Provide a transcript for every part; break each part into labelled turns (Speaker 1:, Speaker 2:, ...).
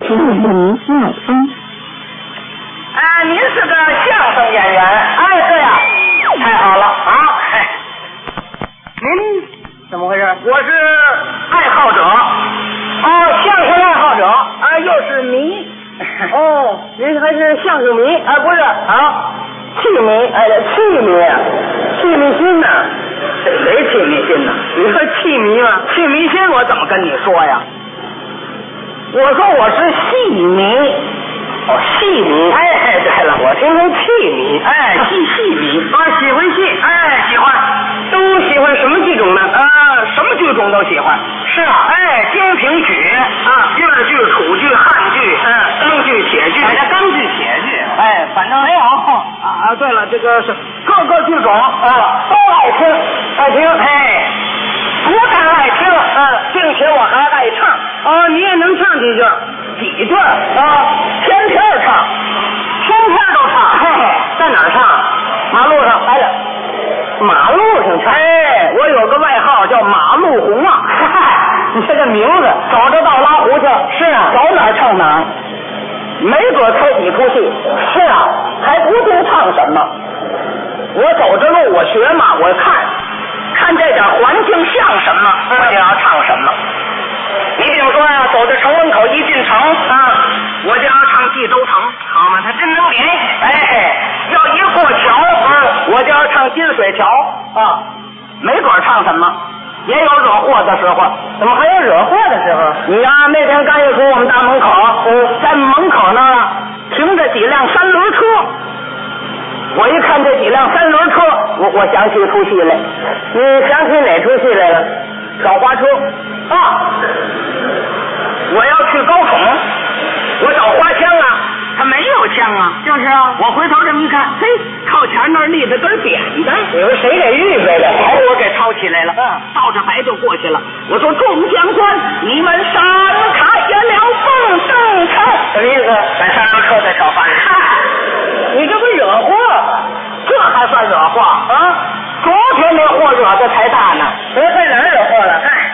Speaker 1: 请问一下您
Speaker 2: 嗯
Speaker 1: 是哪方？
Speaker 2: 啊，您是个相声演员。哎，对呀、太好了啊！哎， 您怎么回事？我是爱好者。哦，相声爱好者啊，又是迷。 哦，您还是相声迷啊？不是啊，戏迷哎，戏迷，戏迷心呐。谁谁气迷心呐？你说气迷吗？气迷心，我怎么跟你说呀？我说我是戏迷。哦，戏迷。哎，对了，我听成戏迷。哎，戏戏迷。啊，喜欢戏。哎，喜欢。都喜欢什么剧种呢？啊，什么剧种都喜欢。是啊。哎，京评曲啊，越剧、楚剧、汉剧，嗯，钢剧、铁剧。哎，钢剧、铁剧。哎，反正没有。 啊，对了，这个是各个剧种啊，都爱听，爱听。哎。不但爱听，嗯，并且我还爱唱。哦，你也能唱几句？几句？啊，天天儿唱，天天儿都唱。嘿， 在哪儿唱？马路上。哎呀，马路上唱。哎，我有个外号叫马路红啊。 你这个名字找着到拉胡去。是啊，找哪儿唱哪儿。没准开几出戏。是啊，还不定唱什么。我走着路，我学嘛，我看看这点环境像什么，我就要唱什么。你比如说呀、走到城门口一进城啊，我就要唱冀州城，好嘛，他真能联系。哎，要一过桥，我就要唱金水桥啊，没准儿唱什么。也有惹祸的时候，怎么还有惹祸的时候？你呀、那天刚一出我们大门口，在门口那儿啊停着几辆三轮车，我一看这几辆三轮车，我我想起一出戏来。你想起哪出戏来了？小花车啊！我要去高筒，我找花枪啊，他没有枪啊。就是啊，我回头这么一看，嘿，靠前那儿立着根扁担，你说谁给预备的？好，我给抄起来了，嗯，倒着白就过去了。我说众将官，你们闪开呀，了蹦蹬开，什么意思？咱上上车再挑饭。你这不惹祸？这还算惹祸啊？昨天那祸惹的才大呢。昨天哪惹祸了？嗨，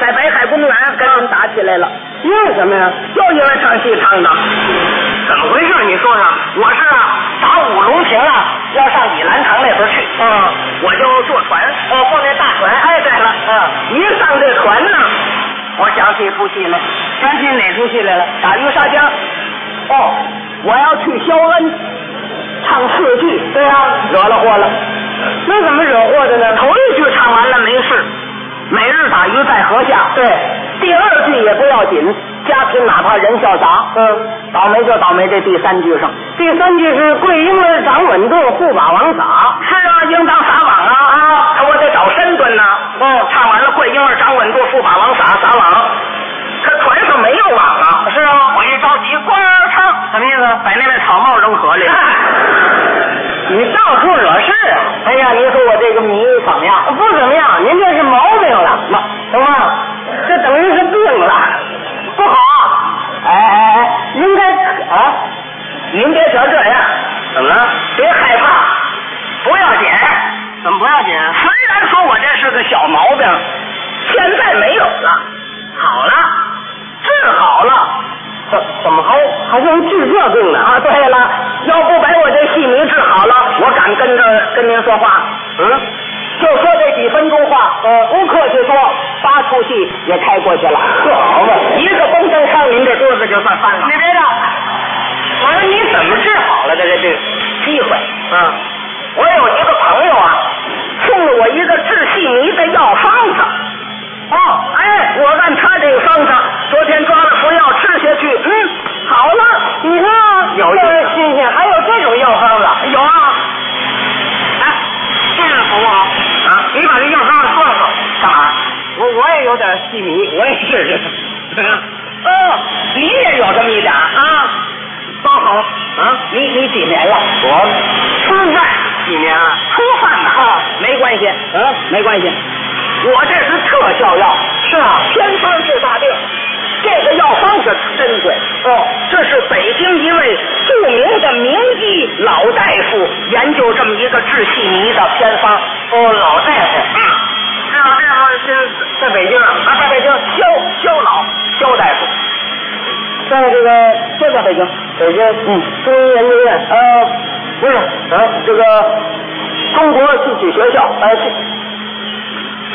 Speaker 2: 在北海公园跟人打起来了。因为什么呀？就因为唱戏唱的。怎么回事？你说说。我是啊，打五龙亭啊，要上倚兰堂那边去。嗯，我就坐船，我、哦、坐那大船。哎，对了，嗯，一上这船呢，我想起一出戏来，想起哪出戏来了？打鱼杀将。哦，我要去肖恩唱四句。对呀、惹了祸了。那怎么惹祸的呢？头一句唱完了没事，每日打鱼在河下。对，第二句也不要紧，家贫哪怕人笑杂。嗯，倒霉就倒霉这第三句上。第三句是桂英儿掌稳舵，护把王撒。是啊，应当撒网啊啊！可我得找身段呐。嗯，唱完了桂英儿掌稳舵，护把王撒撒网。他船上没有网啊。是啊，我一着急，呱唱，什么意思？把那位草帽扔河 里。你到处惹事。哎呀，您说我这个迷怎么样？不怎么样，您这是毛病了，懂吗？这等于是病了，不好。哎哎哎，应该啊，您别瞧这样，怎么了？别害怕，不要紧。怎么不要紧？虽然说我这是个小毛病，现在没有了，好了，治好了。 怎怎么还还能治这病呢？啊，对了，要不把我这戏迷治好了，我敢跟这儿跟您说话。嗯，就说这几分钟话，呃，不客气说，八出戏也开过去了。这好嘛，一个蹦蹬上您这桌子就算翻了。你别着，我说你怎么治好了的这病？机会。嗯，我有一个朋友啊，送了我一个治戏迷的药方子。哦，哎，我按他这个方子，昨天抓了服药吃下去，嗯，好了。你看，有这是新鲜，还有这种药方子？有啊。哎，这样好不好？啊，你把这药方子说说。干嘛？我我也有点戏迷，我也试试。怎么样？ 哦，你也有这么一点啊？包好啊！你你几年了？我初犯几年啊？初犯呐、啊，没关系，嗯，没关系。我这是特效药，是啊，偏方治大病。这个药方可珍贵哦，这是北京一位著名的名医老大夫研究这么一个治戏迷的偏方。哦，老大夫，嗯，啊这老大夫是在北京啊，在北京，肖肖老肖大夫。上这个这个北京，北京，嗯，中央研究院，呃，不是，啊，这个中国戏曲学校，呃，戏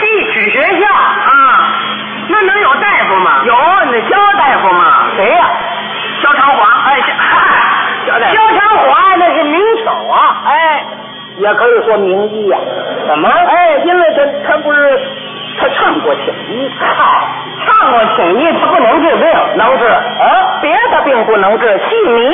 Speaker 2: 戏曲学校啊，那能有大夫吗？有，你得肖大夫嘛。谁呀、肖长华。哎， 肖肖长华那是名手啊，哎，也可以说名医呀、怎么？哎，因为他他不是他唱过请医，嗨，唱过请医，他不能治病，能治啊？别的病不能治，戏迷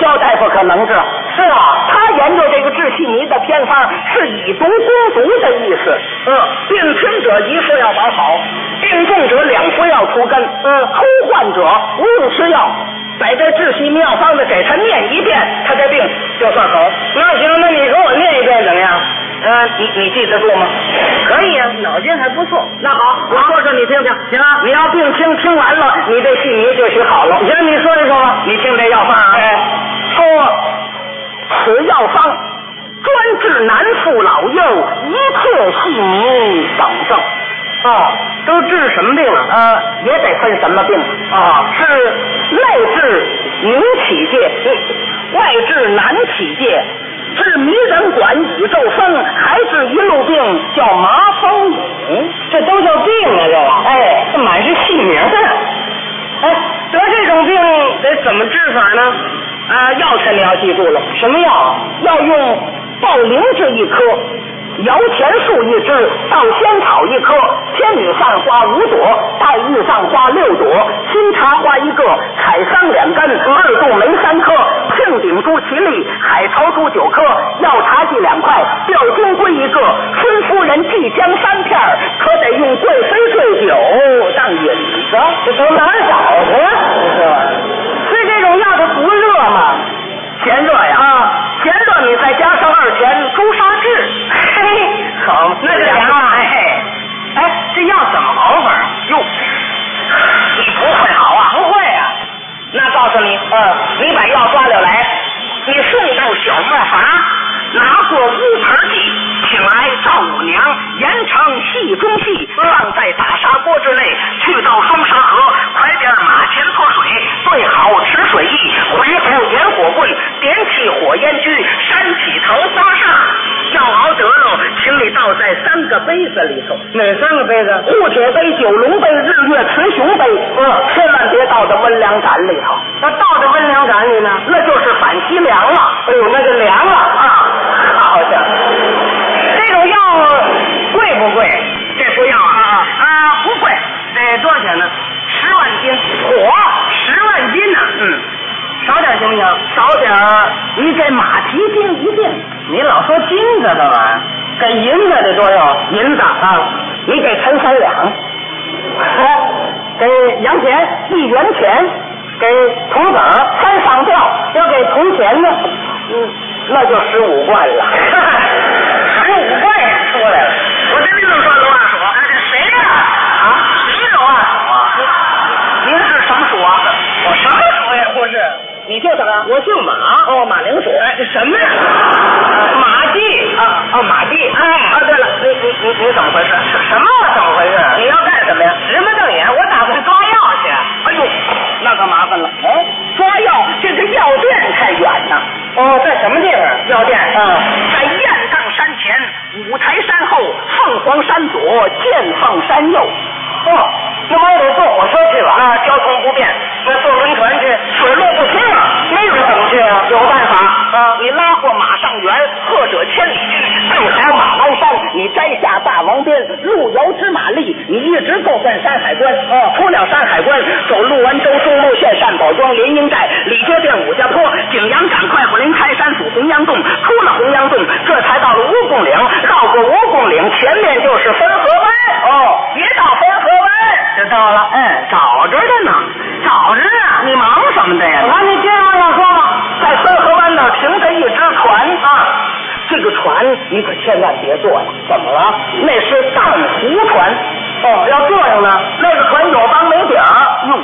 Speaker 2: 肖大夫可能治。是啊，他研究这个治戏迷的偏方是以毒攻毒的意思。嗯，病侵者一副药丸好，病重者两副药除根。嗯，偷患者不用吃药。把这治西妙方子给他念一遍，他这病就算好。那行，那你给我念一遍怎么样？嗯、你你记得住吗？可以啊，脑筋还不错。那好，我说说你听听，行啊。你要病轻听完了，你这戏迷就许好了。行，你说一说吧。你听这药方啊，说此药方专治男妇老幼一切戏迷等症。哦，都治什么病啊？呃，也得分什么病啊？是内治女体界，外治男体界，治迷人管、宇宙风，还治一路病叫麻风母，这都叫病啊！这个，哎，这满是戏名啊！ 哎，得这种病得怎么治法呢？啊，药材你要记住了，什么药？啊要用爆灵芝一颗，摇钱树一支，到仙草一颗，天女散花五朵，黛玉散花六朵，新茶花一个，采桑两根，二度梅三颗，庆鼎珠七粒，海潮珠九颗，药茶剂两块，吊金龟一个，春夫人即将三片儿，可得用贵妃醉酒当引子，这从哪儿找的呀？这吃这种药它不热吗？嫌热呀！啊，嫌热你再加上二钱朱砂痣，嘿，好，那就凉了。哎，哎，这药怎么熬法？哟，你不会熬啊？不会啊。那告诉你，嗯，你把药抓了来，你送到小磨坊，拿过乌盆地，请来赵五娘，盐城戏中戏，放在大砂锅之内，去到双蛇河，快点马前泼水，兑好池水意，回复点火棍，点起火焰居，山起头发上。要熬得了，请你倒在三个杯子里头。哪三个杯子？护铁杯、九龙杯、日月雌雄杯。嗯，千万别倒到温凉盏里头。那倒到温凉盏里呢？那就是反西凉了。哎呦，那就凉了啊！好家伙，这种药贵不贵？这副药啊啊不贵，得多少钱呢？十万斤。嚯，十万斤呢、嗯。少点行不行？少点儿，你给马蹄钉一锭。你老说金子干嘛？给银子得多少？银子啊，你给陈三两，哎给洋钱一元钱，给铜子儿三上吊，要给铜钱呢，嗯，那就十五贯了。十五贯出来了，我真这么说罗大叔？谁呀？啊，谁罗大叔啊？您是什么鼠啊？我什么鼠也不是。你姓什么？我姓马。哦，马铃薯。哎，什么呀？马季啊哦，马季。哎，啊，对了，你你你你怎么回事？什么？我怎么回事？你要干什么呀？直不瞪眼，我打算抓药去。哎呦，那可麻烦了。哎，抓药这个药店太远了。哦，在什么地方？药店啊，在雁荡山前、五台山后、凤凰山左、剑凤山右。哦，那我也得坐火车去吧？啊，交通不便，那坐轮船去，水路不通啊，那个怎么去啊？有办法啊！你拉货马上辕，贺者千里驹，备好马鞍山，你摘下大王鞭，路遥知马力，你一直够奔山海关。哦，出了山海关，走陆安州、中路县、单宝庄、连营寨、李家店、武家坡、景阳岗、快虎林、开山府、洪阳洞。出了洪阳洞，这才到了蜈蚣岭，绕过蜈蚣岭，前面就是汾河湾。哦，别到汾河湾就到了。嗯，找着着呢，找着呢。你忙什么的呀？那你接着要说吧。在汾河湾那儿停着一只船啊，这个船你可千万别坐呀。怎么了？那是荡湖船。哦，要坐上呢，那个船有帮没底儿。哟、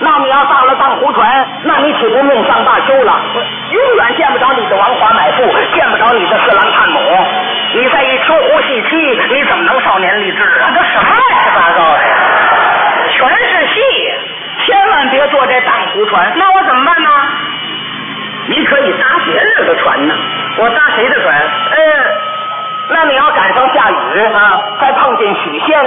Speaker 2: 那你要上了荡湖船，那你岂不命丧大休了？永远见不着你的王华买父，见不着你的四郎探母。你再一秋胡戏妻，你怎么能少年立志啊？这都什么乱七八糟的？全是戏，千万万别坐这荡湖船。那我怎么办呢？你可以搭别人的船呢。我搭谁的船？呃，那你要赶上下雨啊，再碰见许仙，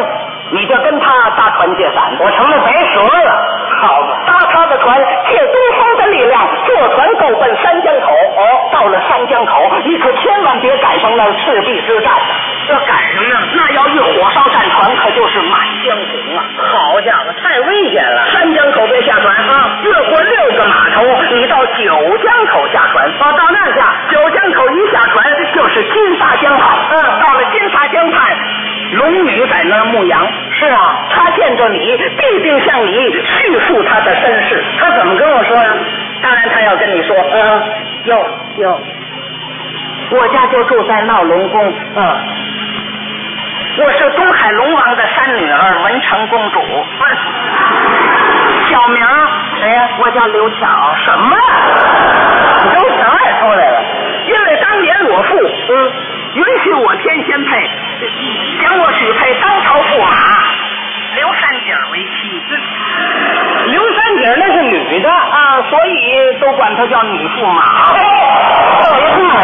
Speaker 2: 你就跟他搭船借伞，我成了白蛇了。好嘛，搭他的船，借东风的力量，坐船够奔山江口。哦，到了山江口，你可千万别赶上那赤壁之战呐、这赶上呢，那要一火烧战船，可就是满江红啊！好家伙，太危险了！山江口别下船啊，越过六个码头，你到九江口下船。哦，到那儿下，九江口一下船就是金沙江畔。嗯，到了金沙江畔，龙女在那儿牧羊。是啊，她见着你，必定向你叙述她的身世。她怎么跟我说呀、当然，她要跟你说，嗯，哟哟，我家就住在闹龙宫。嗯。我是东海龙王的三女儿文成公主，小名谁呀、我叫刘巧。什么？刘巧也出来了？因为当年我父嗯允许我天仙配，将我许配当朝驸马刘三姐为妻。刘三姐那是女的啊，所以都管她叫女驸马。哦，一驸马。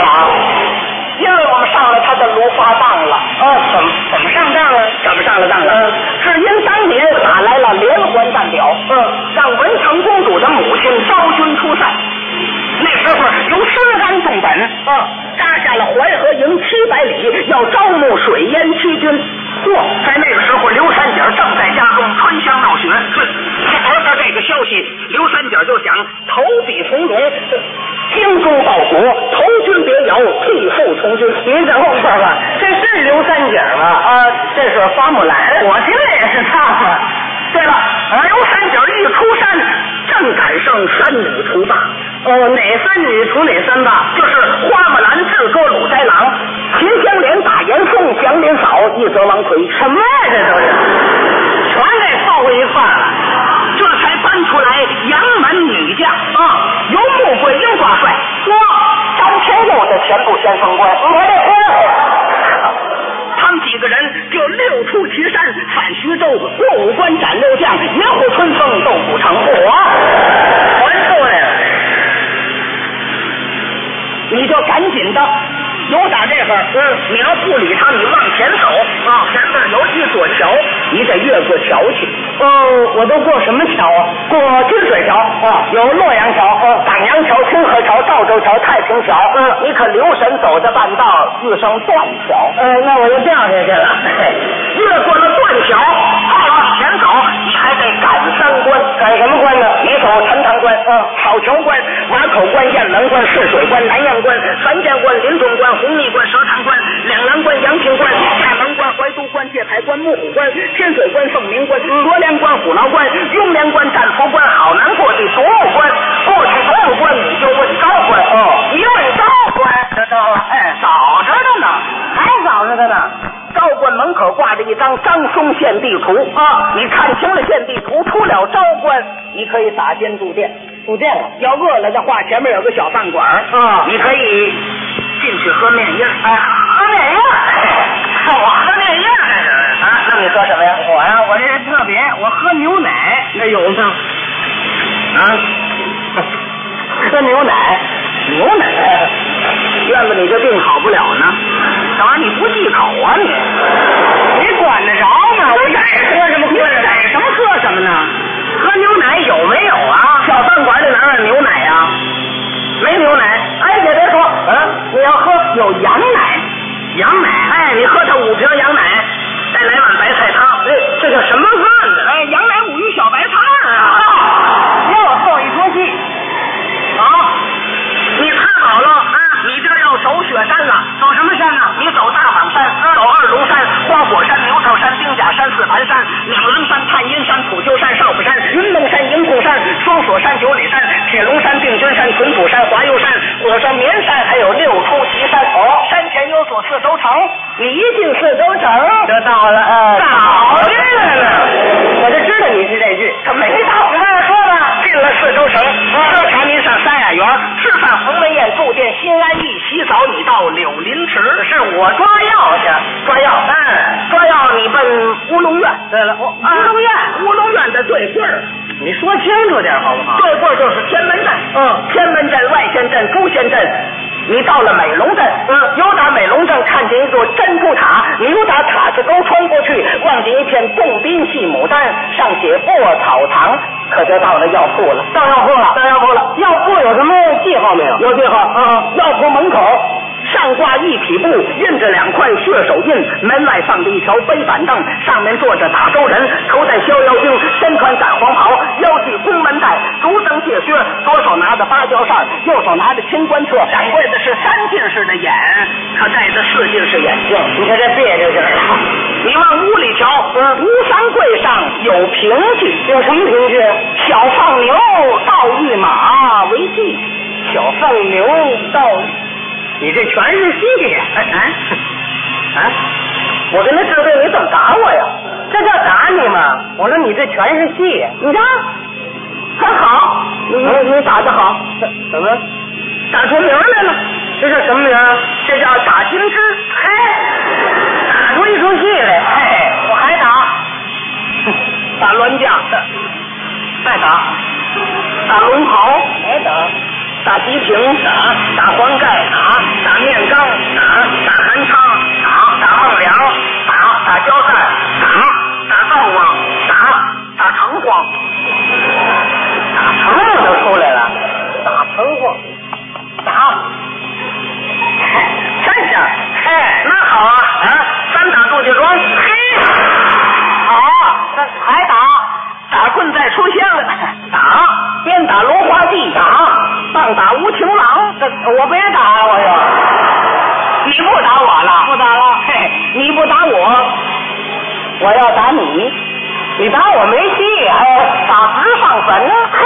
Speaker 2: 因为我们上了他的芦花当了。哦，怎么怎么上当了？怎么上了当了？嗯，是因当年打来了连环战表，嗯，让文成公主的母亲昭君出塞。那时候由山甘重本，嗯，扎下了淮河营七百里，要招募水淹七军。嚯！在那个时候，刘三姐正在家中穿香闹学。是，得到这个消息，刘三姐就想投笔从戎，精忠报国，投军别窑，替父从军。您等会儿吧，这是刘三姐吗？啊，这是花木兰。我听着也是她嘛。对了，刘三姐一出山，正赶上三女除霸。哦，哪三女除哪三霸？就是花木兰、智哥、鲁斋郎、秦香莲打严凤、祥林嫂、一泽王奎。什么呀？这都是全给凑过一块儿了。这才搬出来杨门女将啊，由穆桂英挂帅，我张天佑的全部先锋官，我的天！他们几个人就六出祁山，反徐州，过五关斩六将，野虎春风斗古城。我全出来了。你就赶紧的游打这会儿，嗯，你要不理他，你往前走啊，前面有一座桥，你得越过桥去。哦，我都过什么桥啊？过金水桥啊，有洛阳桥、哦、港阳桥、清河桥、赵州桥、太平桥。嗯，你可留神走在半道遇上断桥，呃，那我就掉下去了。越过了断桥，再往前走，你还得赶三关，赶什么关呢？你走陈塘关，嗯，草桥关、瓦口关、雁门关、泗水关、南阳关、樊家关、临潼关、红密关、蛇潭关、两南关、阳平关、大门关、怀都关、界牌关、木虎关、天水关、凤鸣关、罗梁关、虎牢关、雍梁关、战俘关、好南过去独木关，过去独木关你就问高官，哦，一问高官，这都哎，早着呢呢。还早着呢。高官门口挂着一张张松县地图啊，你看清了县地图，出了昭关，你可以打尖住店，住店了。要饿了的话，前面有个小饭馆啊，你可以进去喝面印哎，喝面印我喝面印啊，那你喝什么呀？哎我呀，我这人特别，我喝牛奶。那有吗？啊，喝牛奶，牛奶，院子里这病好不了呢。怎么你不忌口啊你？你管得着吗？我爱喝什么喝什么，爱什么喝什么呢？喝牛奶有没有啊？小饭馆里哪有牛奶啊？没牛奶。哎，也别说，嗯、你要喝有羊奶，羊奶，哎，你喝它五瓶羊奶，再来碗白菜汤。哎，这叫什么饭呢？哎，羊奶五鱼小白菜啊！给我凑一桌戏。好，你吃好了啊，你这要走雪山了。走什么山呢？你走大满山，走二龙山、花果山、牛头山、丁甲山、四盘山、两棱山、探阴山、普丘山、少府山、云梦山、迎凤山、双锁山、九里山、铁龙山、定军山、屯土山、华油山、火山、绵山，还有六出祁山。哦，山前有座四周城，你一进四周城就到了。呃，早着呢，我就知道你是这句。可没到，我跟你说吧。进了四周城，这条您上三雅园吃饭鸿门宴，住店新安驿，洗澡你到柳林池。是我抓药去，抓药，嗯，抓药你奔乌龙院。对了，乌龙院，乌龙院的对棍儿。
Speaker 3: 你说清楚点好不好？
Speaker 2: 这块就是天门镇，
Speaker 3: 嗯
Speaker 2: 哦天门镇、外县镇、朱县镇，你到了美龙镇，
Speaker 3: 嗯
Speaker 2: 由打美龙镇看见一座珍珠塔，你由打塔子沟穿过去，望见一片冻冰系牡丹，上写薄草堂，可就到了药铺了。
Speaker 3: 到药铺了，到药铺了。药铺有什么记号没有？
Speaker 2: 有哦记号
Speaker 3: 嗯
Speaker 2: 药铺门口上挂一匹布，印着两块血手印，门外放着一条背板凳，上面坐着打州人，头戴逍遥巾，身穿赶黄袍，腰系公文带，足蹬戒靴，左手拿着芭蕉扇，右手拿着清官册。掌柜的是三近视的眼，他戴着四近视眼镜。
Speaker 3: 你看这别扭劲儿啊！
Speaker 2: 你往屋里瞧，
Speaker 3: 嗯
Speaker 2: 吴三桂上有凭据，
Speaker 3: 有什么凭据？
Speaker 2: 小放牛盗一马为记。
Speaker 3: 小放牛到，你这全是戏呀！哎哎，我跟他支队，你怎么打我呀？这叫打你吗？我说你这全是戏呀！
Speaker 2: 你看，很好，你
Speaker 3: 嗯
Speaker 2: 你打得好，
Speaker 3: 怎么
Speaker 2: 打出名来了，
Speaker 3: 这叫什么名儿？
Speaker 2: 啊这叫打金枝。嘿，
Speaker 3: 打出一出戏来！
Speaker 2: 嘿，我还打，打乱将，再打，打龙袍，
Speaker 3: 还打？
Speaker 2: 打吉平，打打黄盖，打打面缸，打打韩昌，打打孟良，打打焦赞，打打灶王，打打城隍，打
Speaker 3: 什么
Speaker 2: 隍
Speaker 3: 都出来了？
Speaker 2: 打
Speaker 3: 城隍，
Speaker 2: 打，三下，
Speaker 3: 哎
Speaker 2: 那好啊，啊，三打杜家庄，嘿，好，
Speaker 3: 那
Speaker 2: 还打，打棍再出现了，打，鞭打芦花地，打，棒打无情郎，
Speaker 3: 这我别打我又
Speaker 2: 你不打我了，
Speaker 3: 不打了。
Speaker 2: 嘿，你不打我，我要打你，
Speaker 3: 你打我没戏呀！
Speaker 2: 哎，打直上坟呢，嘿，